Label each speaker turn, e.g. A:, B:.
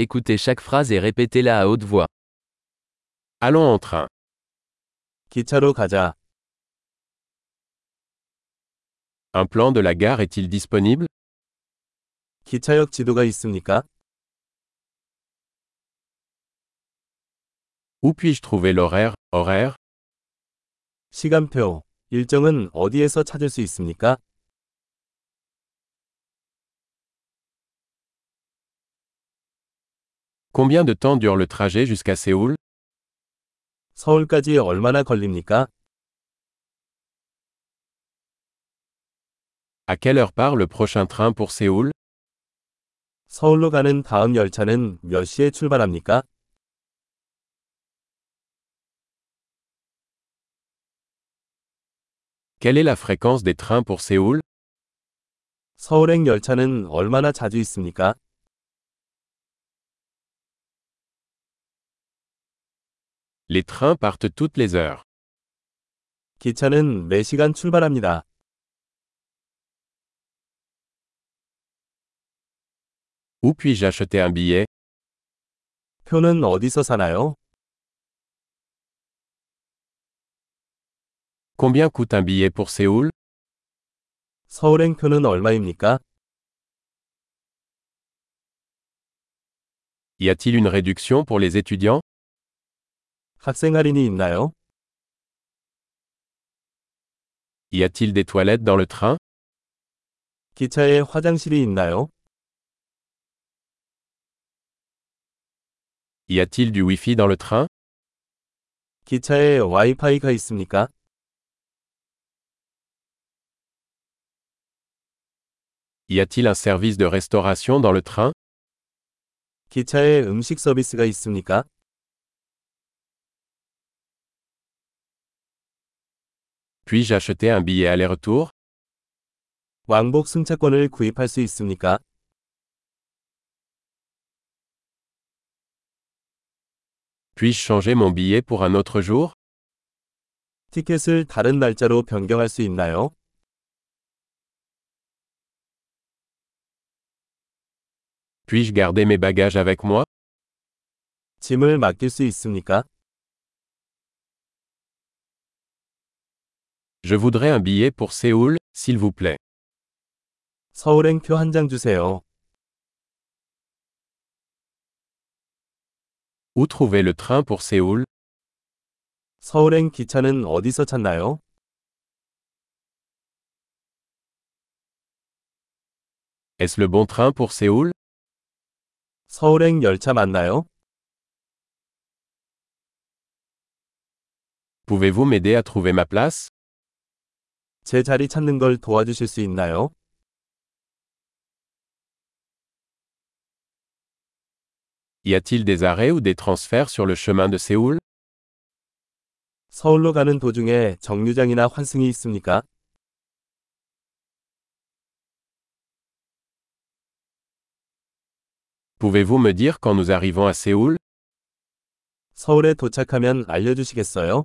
A: Écoutez chaque phrase et répétez-la à haute voix.
B: allons en train.
C: 기차로 가자.
B: Un plan de la gare est-il disponible
C: 기차역 지도가 있습니까?
B: Où puis-je trouver l'horaire Horaire
C: 시간표, 일정은 어디에서 찾을 수 있습니까?
B: Combien de temps dure le trajet jusqu'à Séoul
C: 서울까지 얼마나 걸립니까?
B: À quelle heure part le prochain train pour Séoul
C: 서울로 가는 다음 열차는 몇 시에 출발합니까?
B: Quelle est la fréquence des trains pour Séoul
C: 서울행 열차는 얼마나 자주 있습니까?
B: Les trains partent toutes les heures.
C: 기차는 매시간 출발합니다.
B: Où puis-je acheter un billet
C: 표는 어디서 사나요?
B: Combien coûte un billet pour Séoul
C: 서울행 표는 얼마입니까?
B: Y a-t-il une réduction pour les étudiants
C: 학생 할인이 있나요?
B: Y a-t-il des toilettes dans le train
C: 기차에 화장실이 있나요?
B: Y a-t-il du Wi-Fi dans le train
C: 기차에 와이파이가 있습니까?
B: Y a-t-il un service de restauration dans le train
C: 기차에 음식 서비스가 있습니까?
B: Puis-je acheter un billet aller-retour
C: 왕복 승차권을 구입할 수 있습니까?
B: Puis-je changer mon billet pour un autre jour
C: 티켓을 다른 날짜로 변경할 수 있나요?
B: Puis-je garder mes bagages avec moi
C: 짐을 맡길 수 있습니까?
B: Je voudrais un billet pour Séoul, s'il vous plaît.
C: 서울행표 한 장 주세요.
B: Où trouver le train pour Séoul
C: 서울행 기차는 어디서 찾나요?
B: Est-ce le bon train pour Séoul
C: 서울행 열차 맞나요?
B: Pouvez-vous m'aider à trouver ma place
C: 제 자리 찾는 걸 도와주실 수 있나요?
B: Y a-t-il des arrêts ou des transferts sur le chemin de Séoul
C: 서울로 가는 도중에 정류장이나 환승이 있습니까?
B: Pouvez-vous me dire quand nous arrivons à Séoul
C: 서울에 도착하면 알려주시겠어요?